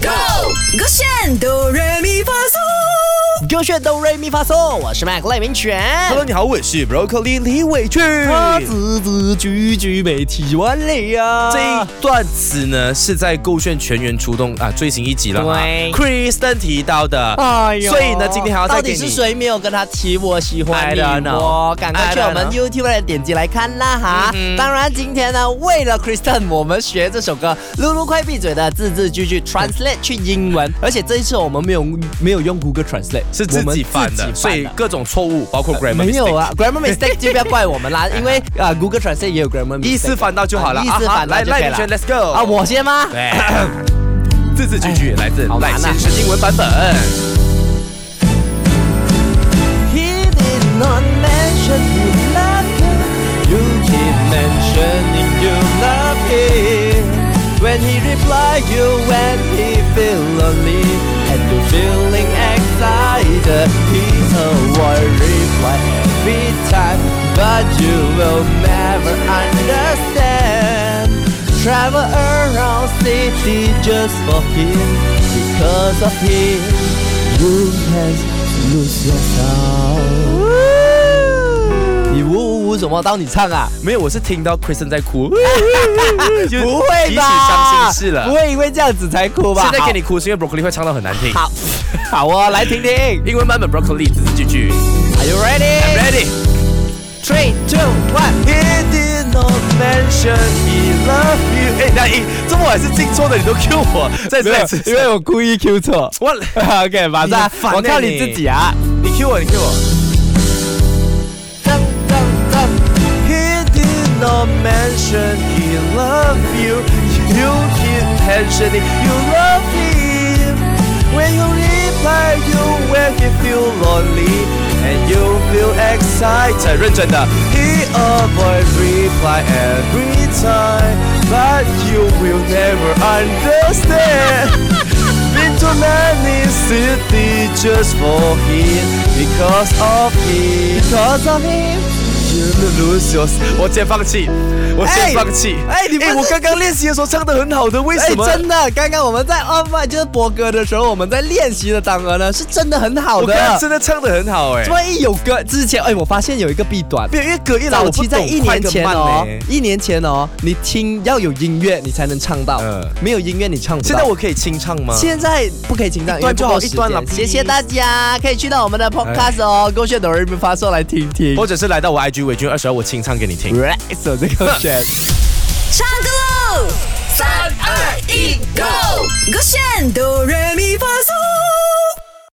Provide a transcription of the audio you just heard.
Go！勾选哆来咪发嗦，歌炫哆瑞咪发嗦，我是麦克赖明全。 Hello，你好，我是 Broccoli 李伟俊。他字字句句没提完嘞呀！这一段子呢是在《勾炫全员出动》啊最新一集了啊对，Kristen 提到的。哎呦所以呢，今天还要再到给底你。是谁没有跟他提我喜欢 I 的 don't 呢 know？赶快去 I don't 我们 know YouTube 的点击来看啦哈！嗯哼当然，今天呢，为了 Kristen，我们学这首歌《露露快闭嘴》的字字句句 translate 去英文，而且这一次我们没有没有用 Google Translate，是自我们己翻的，所以各种错误，包括 grammar、没有。啊，grammar mistake 就不要怪我们啦，因为啊，Google Translate 也有 grammar mistake，意思翻到就好了。啊意思啊反到来就可以赖了宇轩，Let's go。啊，我先吗？对。 字字句句来自好难赖啊先生英文版本。 He did not mention you love him. You keep mentioning you love him. When he reply you when he feel lonely and you feeling excited, he's a worry reply every time, but you will never understand. Travel around city just for him, because of him, you has 你呜呜呜什么？当你唱 啊？没有，我是听到 Kristen 在哭，就不会吧？提起伤心事不了。会因为这样子才哭吧？现在给你哭是因为 Broccoli 会唱到很难听。好，好好哦，来 听听。英文版本 Broccoli 字字句句 Are you ready? ，Ready。 Three, two, one. He did not mention he love you。哎，那一这我还是进错的，你都 Q 我，再没再有次，，因为我故意 Q 错。 我 OK，马你很上，烦欸我靠你你自己啊！你 Q 我，你 Q 我。当当当 He did not mention he love you. You keep mentioning you love him. When you reply, you when you feel lonely and you feel excited. 认真的。He avoid reply every time, but you will never understand. Been to many cities just for him because of him. Because of him. You lose yours. 我先放弃，我哎先放弃。哎你不是我刚刚练习的时候唱的很好的，为哎什，么？真的，刚刚我们在 off mic，就是播歌的时候，我们在练习的当儿呢，是真的很好我的刚。刚真的唱的很好哎、这么一有歌之前，哎，我发现有一个弊端，没有，因为隔一来早我不期在懂一快年跟前慢哦呢，一年前哦，你听要有音乐你才能唱到嗯，没有音乐你唱不到。现在我可以清唱吗？现在不可以紧张，一段因为不就好够时间一段哎了谢谢大家，可以去到我们的 podcast 哦，勾选抖音发送来听听。或者是来到我 IG 伟君二十二，我清唱给你听。 Right，手这个选。唱歌喽！三二一，Go！勾选